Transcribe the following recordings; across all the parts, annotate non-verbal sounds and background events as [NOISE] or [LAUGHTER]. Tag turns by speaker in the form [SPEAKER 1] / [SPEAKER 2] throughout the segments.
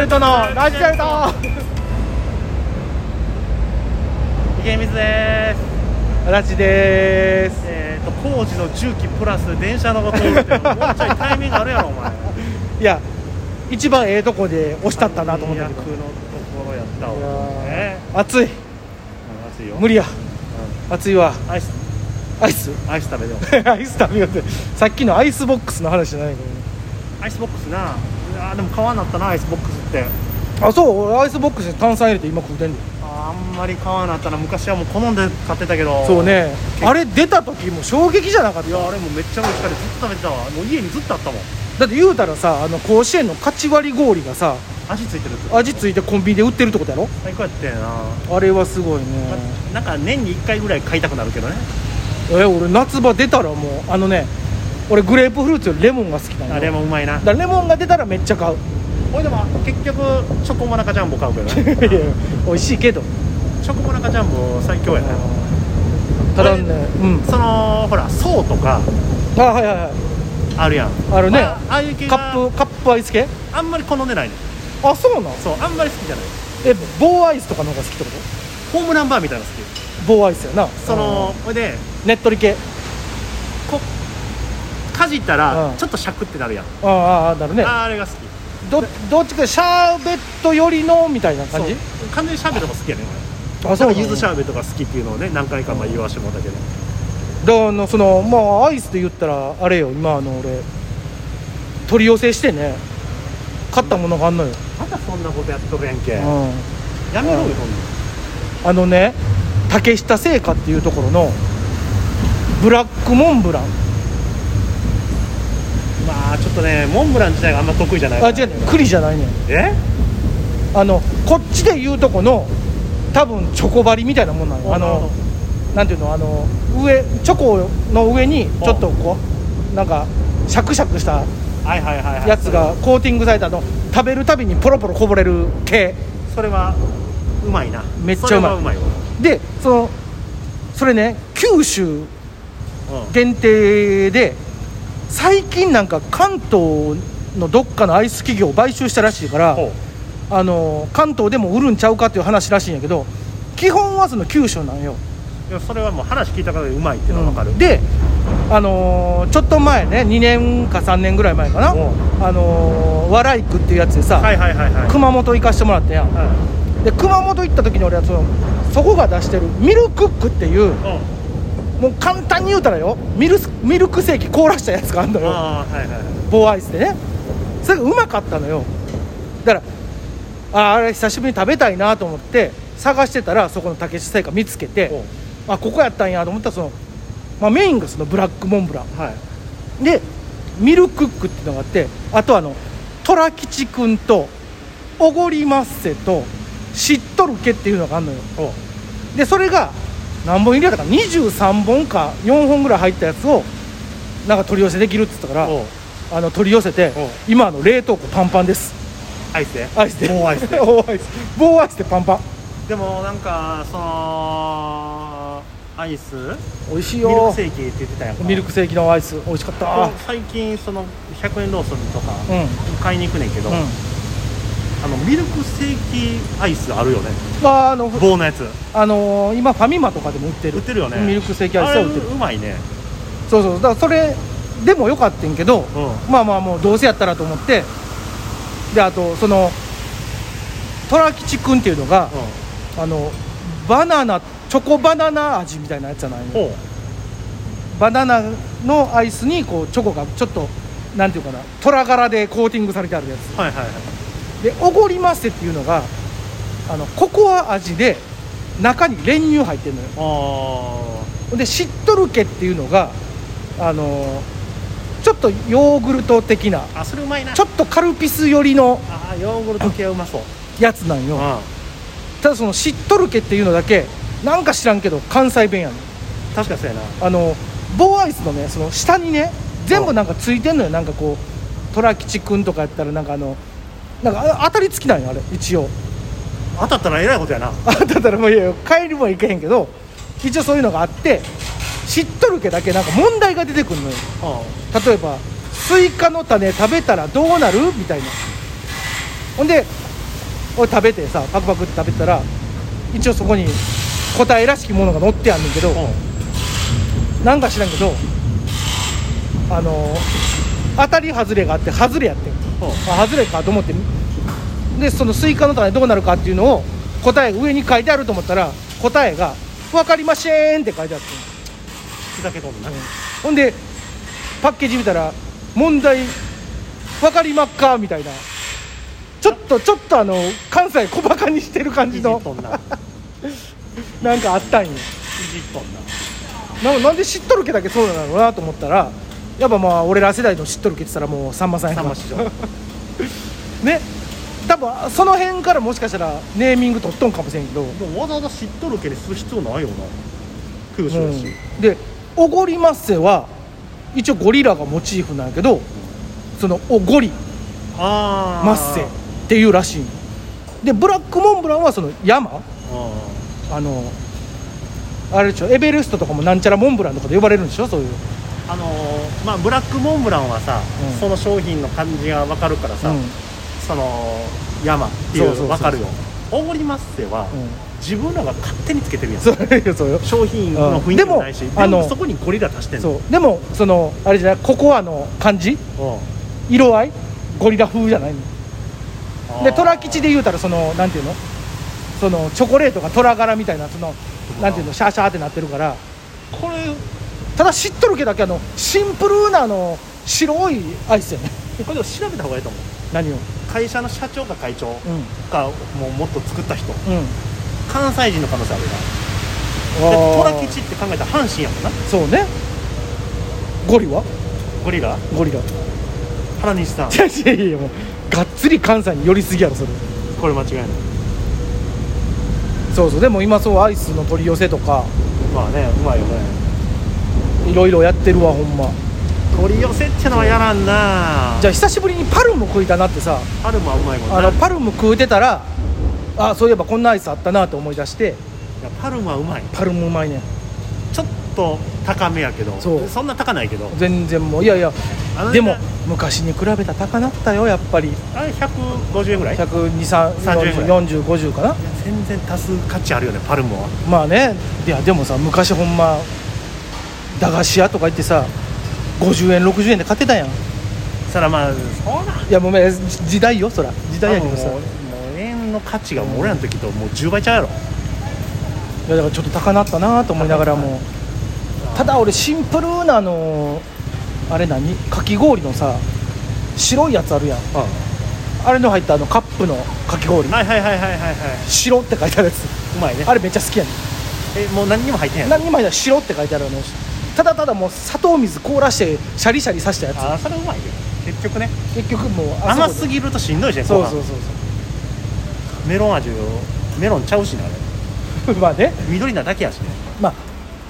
[SPEAKER 1] ルトのラジェルト
[SPEAKER 2] 池水です
[SPEAKER 1] ラチです
[SPEAKER 2] えっ、と工事の重機プラス電車のことってもうちょいタイミングあるやろお前
[SPEAKER 1] いや一番ええとこで押したったなと思った
[SPEAKER 2] 役
[SPEAKER 1] け
[SPEAKER 2] の
[SPEAKER 1] ど
[SPEAKER 2] ところやった
[SPEAKER 1] い
[SPEAKER 2] わ
[SPEAKER 1] や
[SPEAKER 2] ね
[SPEAKER 1] ー暑い
[SPEAKER 2] 暑いよ
[SPEAKER 1] 無理や暑いわ
[SPEAKER 2] アイス
[SPEAKER 1] アイス [LAUGHS]
[SPEAKER 2] アイス食べよう
[SPEAKER 1] アイス食べようってさっきのアイスボックスの話じゃないけどね
[SPEAKER 2] アイスボックスないやーでも川になったなアイスボックスって
[SPEAKER 1] あそう俺アイスボックスに炭酸入れて今食うてんねん
[SPEAKER 2] あーあんまり川になったな昔はもう好んで買ってたけど
[SPEAKER 1] そうねあれ出た時もう衝撃じゃなかっ
[SPEAKER 2] い
[SPEAKER 1] た
[SPEAKER 2] やーあれもうめっちゃ美味しかったずっと食べてたわもう家にずっとあったもん
[SPEAKER 1] だって言うたらさあの甲子園のカチ割り氷がさ
[SPEAKER 2] 味ついてるって
[SPEAKER 1] 味付いてコンビニで売ってるってことやろ
[SPEAKER 2] 最高やったよな
[SPEAKER 1] あれはすごいね
[SPEAKER 2] なんか年に1回ぐらい買いたくなるけどね
[SPEAKER 1] え俺夏場出たらもうあのね俺グレープフルーツよりレモンが好きなの
[SPEAKER 2] あれもうまいな
[SPEAKER 1] だからレモンが出たらめっちゃ買う
[SPEAKER 2] 俺でも結局チョコモナカジャンボ買うけど
[SPEAKER 1] いや
[SPEAKER 2] ね
[SPEAKER 1] [LAUGHS] 美味しいけど
[SPEAKER 2] チョコモナカジャンボ最強やね
[SPEAKER 1] ただねうん
[SPEAKER 2] そのほら層とか
[SPEAKER 1] あはいはいはい
[SPEAKER 2] あるやん
[SPEAKER 1] あるね
[SPEAKER 2] あああいう系
[SPEAKER 1] カ
[SPEAKER 2] が
[SPEAKER 1] ップカップアイス系
[SPEAKER 2] あんまり好んでないね
[SPEAKER 1] あそうなん
[SPEAKER 2] そうあんまり好きじゃない
[SPEAKER 1] え棒アイスとかの方が好きってこと
[SPEAKER 2] ホームランバーみたいなの好
[SPEAKER 1] 棒アイスやな
[SPEAKER 2] きそのほいで
[SPEAKER 1] うんねっとり系
[SPEAKER 2] こかじった
[SPEAKER 1] う
[SPEAKER 2] ら
[SPEAKER 1] ん
[SPEAKER 2] ちょっとシャクってなるやん
[SPEAKER 1] ああああなるね
[SPEAKER 2] あれが好き
[SPEAKER 1] どどっちかシャーベットよりのみたいな感
[SPEAKER 2] そう
[SPEAKER 1] じ
[SPEAKER 2] 完全にシャーベットが好きやねん俺
[SPEAKER 1] あそ
[SPEAKER 2] そ
[SPEAKER 1] ううなん
[SPEAKER 2] ゆ
[SPEAKER 1] や
[SPEAKER 2] ずシャーベットが好きっていうのをね何回かまあ言わしてもらったけど
[SPEAKER 1] だあのそのまあアイスで言ったらあれよ今あの俺取り寄せしてね買ったものがあんのよ、
[SPEAKER 2] またそんなことやっとるやんけ
[SPEAKER 1] う
[SPEAKER 2] や
[SPEAKER 1] ん、
[SPEAKER 2] めろよ
[SPEAKER 1] うん
[SPEAKER 2] そんな
[SPEAKER 1] あのね竹下製菓っていうところのブラックモンブラン
[SPEAKER 2] まあちょっとねモンブラン自体があんま得意じゃない
[SPEAKER 1] あ違うね栗じゃないねん
[SPEAKER 2] え
[SPEAKER 1] あのこっちで言うとこの多分チョコバリみたいなもんなのあ
[SPEAKER 2] あ
[SPEAKER 1] の
[SPEAKER 2] の
[SPEAKER 1] なんていうのあの上チョコの上にちょっとこうなんかシャクシャクした
[SPEAKER 2] はいはいはい、はい、
[SPEAKER 1] やつがコーティングされたの食べるたびにポロポロこぼれる系
[SPEAKER 2] それはうまいな
[SPEAKER 1] めっちゃうまい
[SPEAKER 2] それはうまいわ
[SPEAKER 1] でそのそれね九州
[SPEAKER 2] うん
[SPEAKER 1] 限定で最近なんか関東のどっかのアイス企業を買収したらしいから
[SPEAKER 2] ほ
[SPEAKER 1] あの関東でも売るんちゃうかっていう話らしいんやけど基本はその九州なんよ
[SPEAKER 2] ういやそれはもう話聞いたからうまいっていうのは分かる、
[SPEAKER 1] うんであのーちょっと前ね2年か3年ぐらい前かな
[SPEAKER 2] おう
[SPEAKER 1] あのーワライクっていうやつでさ、
[SPEAKER 2] はいはいはいはい
[SPEAKER 1] 熊本行かしてもらったやん
[SPEAKER 2] う
[SPEAKER 1] で熊本行った時に俺はそのそこが出してるミルクックっていうん
[SPEAKER 2] うん
[SPEAKER 1] もう簡単に言うたらよミルスミルクセーキ凍らしたやつがあんのよ
[SPEAKER 2] ああはいはいはい
[SPEAKER 1] 棒アイスでねそれがうまかったのよだからあーあれ久しぶりに食べたいなと思って探してたらそこの竹下製菓見つけ
[SPEAKER 2] お
[SPEAKER 1] てあここやったんやと思ったらその、まあ、メインがそのブラックモンブラ
[SPEAKER 2] はい
[SPEAKER 1] ンでミルクックっていうのがあってあとあの虎吉くんとおごりまっせとしっとるけっていうのがあんのよ
[SPEAKER 2] お
[SPEAKER 1] でそれが何本入れたか23本か4本ぐらい入ったやつをなんか取り寄せできるっつったから
[SPEAKER 2] お
[SPEAKER 1] あの取り寄せて
[SPEAKER 2] おう
[SPEAKER 1] 今あの冷凍庫パンパンです
[SPEAKER 2] アイスで
[SPEAKER 1] アイスで
[SPEAKER 2] 棒アイスで
[SPEAKER 1] [LAUGHS] 棒アイス棒アイスでパンパン
[SPEAKER 2] でもなんかそのアイスミル
[SPEAKER 1] 美味しい
[SPEAKER 2] ク
[SPEAKER 1] よ
[SPEAKER 2] セーキって言ってたやんか
[SPEAKER 1] ミルクセーキのアイス美味しかった
[SPEAKER 2] 僕最近その100円ローソンとか
[SPEAKER 1] うんうん
[SPEAKER 2] 買いに行くねんけど、あのミルクセーキアイスあるよね
[SPEAKER 1] まああの
[SPEAKER 2] 棒のやつ
[SPEAKER 1] あのー今ファミマとかでも売ってる
[SPEAKER 2] 売ってるよね
[SPEAKER 1] ミルクセーキアイ
[SPEAKER 2] あ
[SPEAKER 1] スは
[SPEAKER 2] れ
[SPEAKER 1] 売ってる
[SPEAKER 2] うまいね
[SPEAKER 1] そうそうだからそれでもよかったんけど
[SPEAKER 2] うん
[SPEAKER 1] まあまあもうどうせやったらと思ってであとその虎吉くんっていうのが、あのバナナチョコバナナ味みたいなやつじゃないの
[SPEAKER 2] ほ
[SPEAKER 1] バナナのアイスにこうチョコがちょっとなんていうかな虎柄でコーティングされてあるや
[SPEAKER 2] うはいはいはい
[SPEAKER 1] つでおごりませっていうのがあのココア味で中に練乳入ってるのよ
[SPEAKER 2] あ
[SPEAKER 1] でしっとるけっていうのがあのちょっとヨーグルト的な
[SPEAKER 2] ーあそれうまいな
[SPEAKER 1] ちょっとカルピス寄りの
[SPEAKER 2] あーヨーグルト系はうまそう
[SPEAKER 1] やつなん
[SPEAKER 2] う
[SPEAKER 1] よ
[SPEAKER 2] ん
[SPEAKER 1] ただそのしっとるけっていうのだけなんか知らんけど関西弁やねん
[SPEAKER 2] 確かそうやな
[SPEAKER 1] あの棒アイスのねその下にね全部なんかついてんのよなんかこう虎吉くんとかやったらなんかあのなんかあ当たりつきなんよあれ一応 [LAUGHS]
[SPEAKER 2] 当たったらえらいことやな
[SPEAKER 1] 当たったらもういやいや帰りも行けへんけど一応そういうのがあって知っとるけだけなんか問題が出てくるのよ例えばスイカの種食べたらどうなるみたいなほんでを食べてさパクパクって食べてたら一応そこに答えらしきものが載ってあんねんけど、なんか知らんけどあの当たり外れがあって外れやってんあ外れかと思ってでそのスイカの種どうなるかっていうのを答えが上に書いてあると思ったら答えが「分かりません」って書いてあって
[SPEAKER 2] ふざけとんな、
[SPEAKER 1] ほんでパッケージ見たら「問題分かりまっか」みたいなちょっとちょっとあの関西小バカにしてる感
[SPEAKER 2] いじ
[SPEAKER 1] じ
[SPEAKER 2] っ
[SPEAKER 1] の
[SPEAKER 2] とんない
[SPEAKER 1] なんかあったんよ
[SPEAKER 2] じっとん
[SPEAKER 1] な
[SPEAKER 2] な
[SPEAKER 1] なんで知っとるけだけそうなのなと思ったらやっぱまあ俺ら世代の知っとるけって言ったらもうさんまさんや
[SPEAKER 2] さ
[SPEAKER 1] か
[SPEAKER 2] ん
[SPEAKER 1] ら
[SPEAKER 2] ま師 [LAUGHS] 匠あ
[SPEAKER 1] ね多分その辺からもしかしたらネーミング取っとんかもしれんけど
[SPEAKER 2] でもわざわざ知っとるけにする必要ないよな空
[SPEAKER 1] う
[SPEAKER 2] 想やし、
[SPEAKER 1] んで「おごりまっせ」は一応ゴリラがモチーフなんやけどその「おごり
[SPEAKER 2] ああ
[SPEAKER 1] まっせ」っていうらしいでブラックモンブランはその山あのあれでしょエベレストとかもなんちゃらモンブランとかで呼ばれるんでしょそういう
[SPEAKER 2] あのーまあブラックモンブランはさ、
[SPEAKER 1] うん
[SPEAKER 2] その商品の感じがわかるからさ、
[SPEAKER 1] うん
[SPEAKER 2] その山ってい
[SPEAKER 1] そうそうそう
[SPEAKER 2] うわかるよおごりまっせは、
[SPEAKER 1] うん
[SPEAKER 2] 自分らが勝手につけてるやん
[SPEAKER 1] そういうそうよ
[SPEAKER 2] 商品の雰囲気もないし
[SPEAKER 1] うんで
[SPEAKER 2] で
[SPEAKER 1] も
[SPEAKER 2] も
[SPEAKER 1] あの
[SPEAKER 2] そこにゴリラ足してんの
[SPEAKER 1] そうでもそのあれじゃないココアの感じ色合いゴリラ風じゃないの
[SPEAKER 2] うん
[SPEAKER 1] で虎吉で言うたらそのなんていうのそのチョコレートが虎柄みたいなそのなんていうのシャーシャーってなってるから
[SPEAKER 2] これ
[SPEAKER 1] ただ知っとるけだけあのシンプルなあの白いアイスやね
[SPEAKER 2] これでも調べた方がいいと思う
[SPEAKER 1] 何を
[SPEAKER 2] 会社の社長か会長
[SPEAKER 1] うん
[SPEAKER 2] かもうもっと作った人
[SPEAKER 1] うん
[SPEAKER 2] 関西人の可能性ある
[SPEAKER 1] あ
[SPEAKER 2] なで
[SPEAKER 1] ー
[SPEAKER 2] 虎吉って考えたら阪神やもんな
[SPEAKER 1] そうねゴリは
[SPEAKER 2] ゴリラ
[SPEAKER 1] ゴリラい
[SPEAKER 2] 原西さん
[SPEAKER 1] やいやいやもうがっつり関西に寄りすぎやろそれ
[SPEAKER 2] これ間違いない
[SPEAKER 1] そうそうでも今そうアイスの取り寄せとか
[SPEAKER 2] まあねうまいよね
[SPEAKER 1] いろいろやってるわほんま
[SPEAKER 2] 取り寄せってのはやらんな
[SPEAKER 1] じゃあ久しぶりにパルム食いたなってさ
[SPEAKER 2] あるもはうまいもんな
[SPEAKER 1] あ
[SPEAKER 2] いや
[SPEAKER 1] のパルム食うてたらあそういえばこんなアイスあったなって思い出して
[SPEAKER 2] パルムはうまい
[SPEAKER 1] パルムうまいねん
[SPEAKER 2] ちょっと高めやけど
[SPEAKER 1] そうん
[SPEAKER 2] な高ないけど
[SPEAKER 1] 全然もういやいや
[SPEAKER 2] あの
[SPEAKER 1] でも昔に比べたら高なったよやっぱり
[SPEAKER 2] あれ150円ぐらい30円ぐらい
[SPEAKER 1] 1204050かな
[SPEAKER 2] 全然足す価値あるよねパルムは
[SPEAKER 1] まあねいやでもさ昔ほんま駄菓子屋とか行ってさ50円60円で買ってたやんい
[SPEAKER 2] そらまあそうなん
[SPEAKER 1] やもうめんじ時代よそら時代やけどさい
[SPEAKER 2] もうもう円の価値がもう俺らの時ともう10倍ちゃうやろ
[SPEAKER 1] やだからちょっと高なったなと思いながらもただ俺シンプルなあのあれ何かき氷のさ白いやつあるやんあれの入ったあのカップのかき氷
[SPEAKER 2] はいはいはいはいはいはい
[SPEAKER 1] 白って書いてあるやつ
[SPEAKER 2] うまいね
[SPEAKER 1] あれめっちゃ好きやねん
[SPEAKER 2] えもう何にも入ってへんやん
[SPEAKER 1] 何にも入ったら白って書いてあるのただただもう砂糖水凍らしてシャリシャリさしたや
[SPEAKER 2] あーそれうまいよ結局ね
[SPEAKER 1] つ結局もうあそこ
[SPEAKER 2] 甘
[SPEAKER 1] です
[SPEAKER 2] ぎるとしんどいしね
[SPEAKER 1] そう
[SPEAKER 2] ご飯
[SPEAKER 1] そうそう
[SPEAKER 2] メロン味をメロンちゃうしなあれ
[SPEAKER 1] そう [LAUGHS] まあね
[SPEAKER 2] 緑なだけやしね
[SPEAKER 1] まあ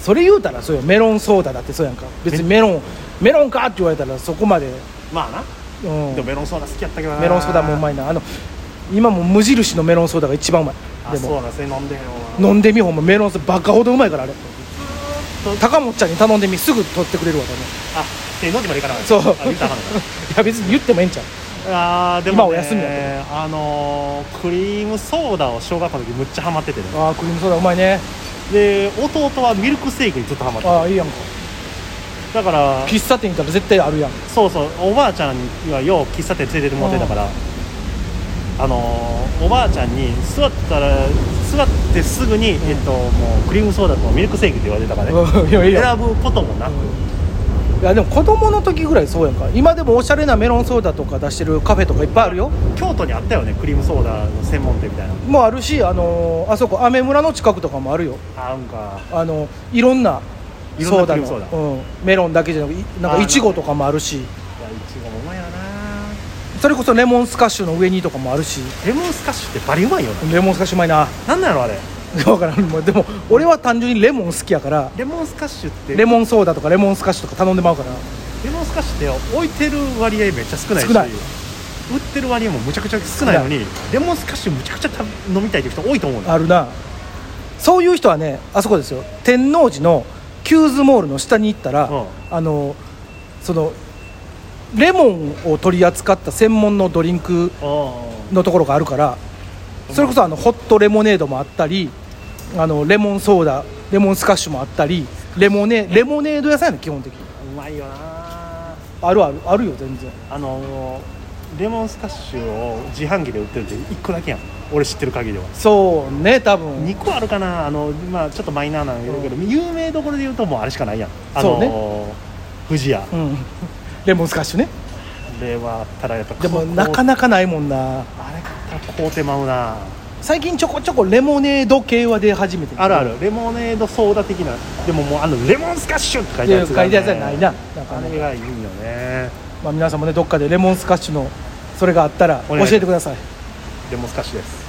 [SPEAKER 1] それ言うたらそうよメロンソーダだってそうやんか別にメロンメロンかって言われたらそこまで、
[SPEAKER 2] まあな
[SPEAKER 1] うん、
[SPEAKER 2] でもメロンソーダ好きやったけどな
[SPEAKER 1] メロンソーダもうま
[SPEAKER 2] い
[SPEAKER 1] いなあの今もう無印のメロンソーダが一番うまい
[SPEAKER 2] あ
[SPEAKER 1] で
[SPEAKER 2] そう
[SPEAKER 1] も
[SPEAKER 2] なんですね飲んでよ
[SPEAKER 1] 飲んでみほんまメロンソーダバカほどうまいからあれ
[SPEAKER 2] と
[SPEAKER 1] 高本ちゃんに頼んでみすぐ取ってくれるわ多分
[SPEAKER 2] あ手飲んでまでいかない
[SPEAKER 1] そう
[SPEAKER 2] あ言うたらあかんのか
[SPEAKER 1] [LAUGHS] いや別に言ってもええんちゃう
[SPEAKER 2] あーでも、ね、
[SPEAKER 1] 今お休みやけ
[SPEAKER 2] あのークリームソーダを小学校の時むっちゃハマっててね
[SPEAKER 1] ああクリームソーダうまいね
[SPEAKER 2] で弟はミルクセーキにずっとハマって
[SPEAKER 1] ああいいやんか
[SPEAKER 2] だから
[SPEAKER 1] 喫茶店行ったら絶対あるやん
[SPEAKER 2] そうそうおばあちゃんにはよう喫茶店連れてってもらってたからあのーおばあちゃんに座ったら座ってすぐに、えっともうクリームソーダとミルクセーキって言われてたからね
[SPEAKER 1] うんいやいいや
[SPEAKER 2] 選ぶこともなく、
[SPEAKER 1] いやでも子供の時ぐらいそうやんか今でもおしゃれなメロンソーダとか出してるカフェとかいっぱいあるよ
[SPEAKER 2] 京都にあったよねクリームソーダの専門店みたいな
[SPEAKER 1] もうあるしあのーあそこアメ村の近くとかもあるよ
[SPEAKER 2] あなんか
[SPEAKER 1] あのいろんない
[SPEAKER 2] ろん
[SPEAKER 1] ソ
[SPEAKER 2] な
[SPEAKER 1] ーダの
[SPEAKER 2] クリームソ
[SPEAKER 1] うん、メロンだけじゃなくいなん
[SPEAKER 2] あ
[SPEAKER 1] か
[SPEAKER 2] ー
[SPEAKER 1] いちごとかもあるし
[SPEAKER 2] いやいちごもうまいよな
[SPEAKER 1] それこそレモンスカッシュの上にとかもあるし
[SPEAKER 2] レモンスカッシュってバリうまいよ
[SPEAKER 1] レモンスカッシュうまいな
[SPEAKER 2] ななんなんやろあれ
[SPEAKER 1] [LAUGHS] わからんもうでも俺は単純にレモン好きやから
[SPEAKER 2] レモンスカッシュって
[SPEAKER 1] レモンソーダとかレモンスカッシュとか頼んでまうから
[SPEAKER 2] レモンスカッシュって置いてる割合めっちゃ少ないし
[SPEAKER 1] 少ない
[SPEAKER 2] 売ってる割合もむちゃくちゃ少ないのにレモンスカッシュむちゃくちゃた飲みたいっていう人多いと思うの
[SPEAKER 1] あるなそういう人はねあそこですよ天王寺のキューズモールの下に行ったら、
[SPEAKER 2] うん
[SPEAKER 1] あのそのレモンを取り扱った専門のドリンク
[SPEAKER 2] あ
[SPEAKER 1] のところがあるからそれこそあのホットレモネードもあったりあのレモンソーダレモンスカッシュもあったりレモネレモネード屋さんやね基本的に
[SPEAKER 2] うまいよな
[SPEAKER 1] あるあるあるよ全然
[SPEAKER 2] あのレモンスカッシュを自販機で売ってるって1個だけやん俺知ってる限りは
[SPEAKER 1] そうね多分
[SPEAKER 2] 2個あるかなあの、まあ、ちょっとマイナーなんやけど、有名どころで言うともうあれしかないやんあ
[SPEAKER 1] そう
[SPEAKER 2] の、
[SPEAKER 1] ね
[SPEAKER 2] 富士屋あ
[SPEAKER 1] うんレモンスカッシュね
[SPEAKER 2] れはただやっぱ
[SPEAKER 1] でもなか
[SPEAKER 2] な
[SPEAKER 1] なかないもんな
[SPEAKER 2] あれ買ったら買うてまうな
[SPEAKER 1] 最近ちょこちょこレモネード系は出始めて
[SPEAKER 2] あるあるレモネードソーダ的なでももうあのレモンスカッシュって書い
[SPEAKER 1] い
[SPEAKER 2] てある
[SPEAKER 1] や
[SPEAKER 2] やつ
[SPEAKER 1] 書いたやつはないななんか
[SPEAKER 2] あ
[SPEAKER 1] ね
[SPEAKER 2] れがいいよね
[SPEAKER 1] まあ、皆さんもねどっかでレモンスカッシュのそれがあったら
[SPEAKER 2] お
[SPEAKER 1] 教
[SPEAKER 2] 願いします
[SPEAKER 1] えてください
[SPEAKER 2] レモンスカッシュです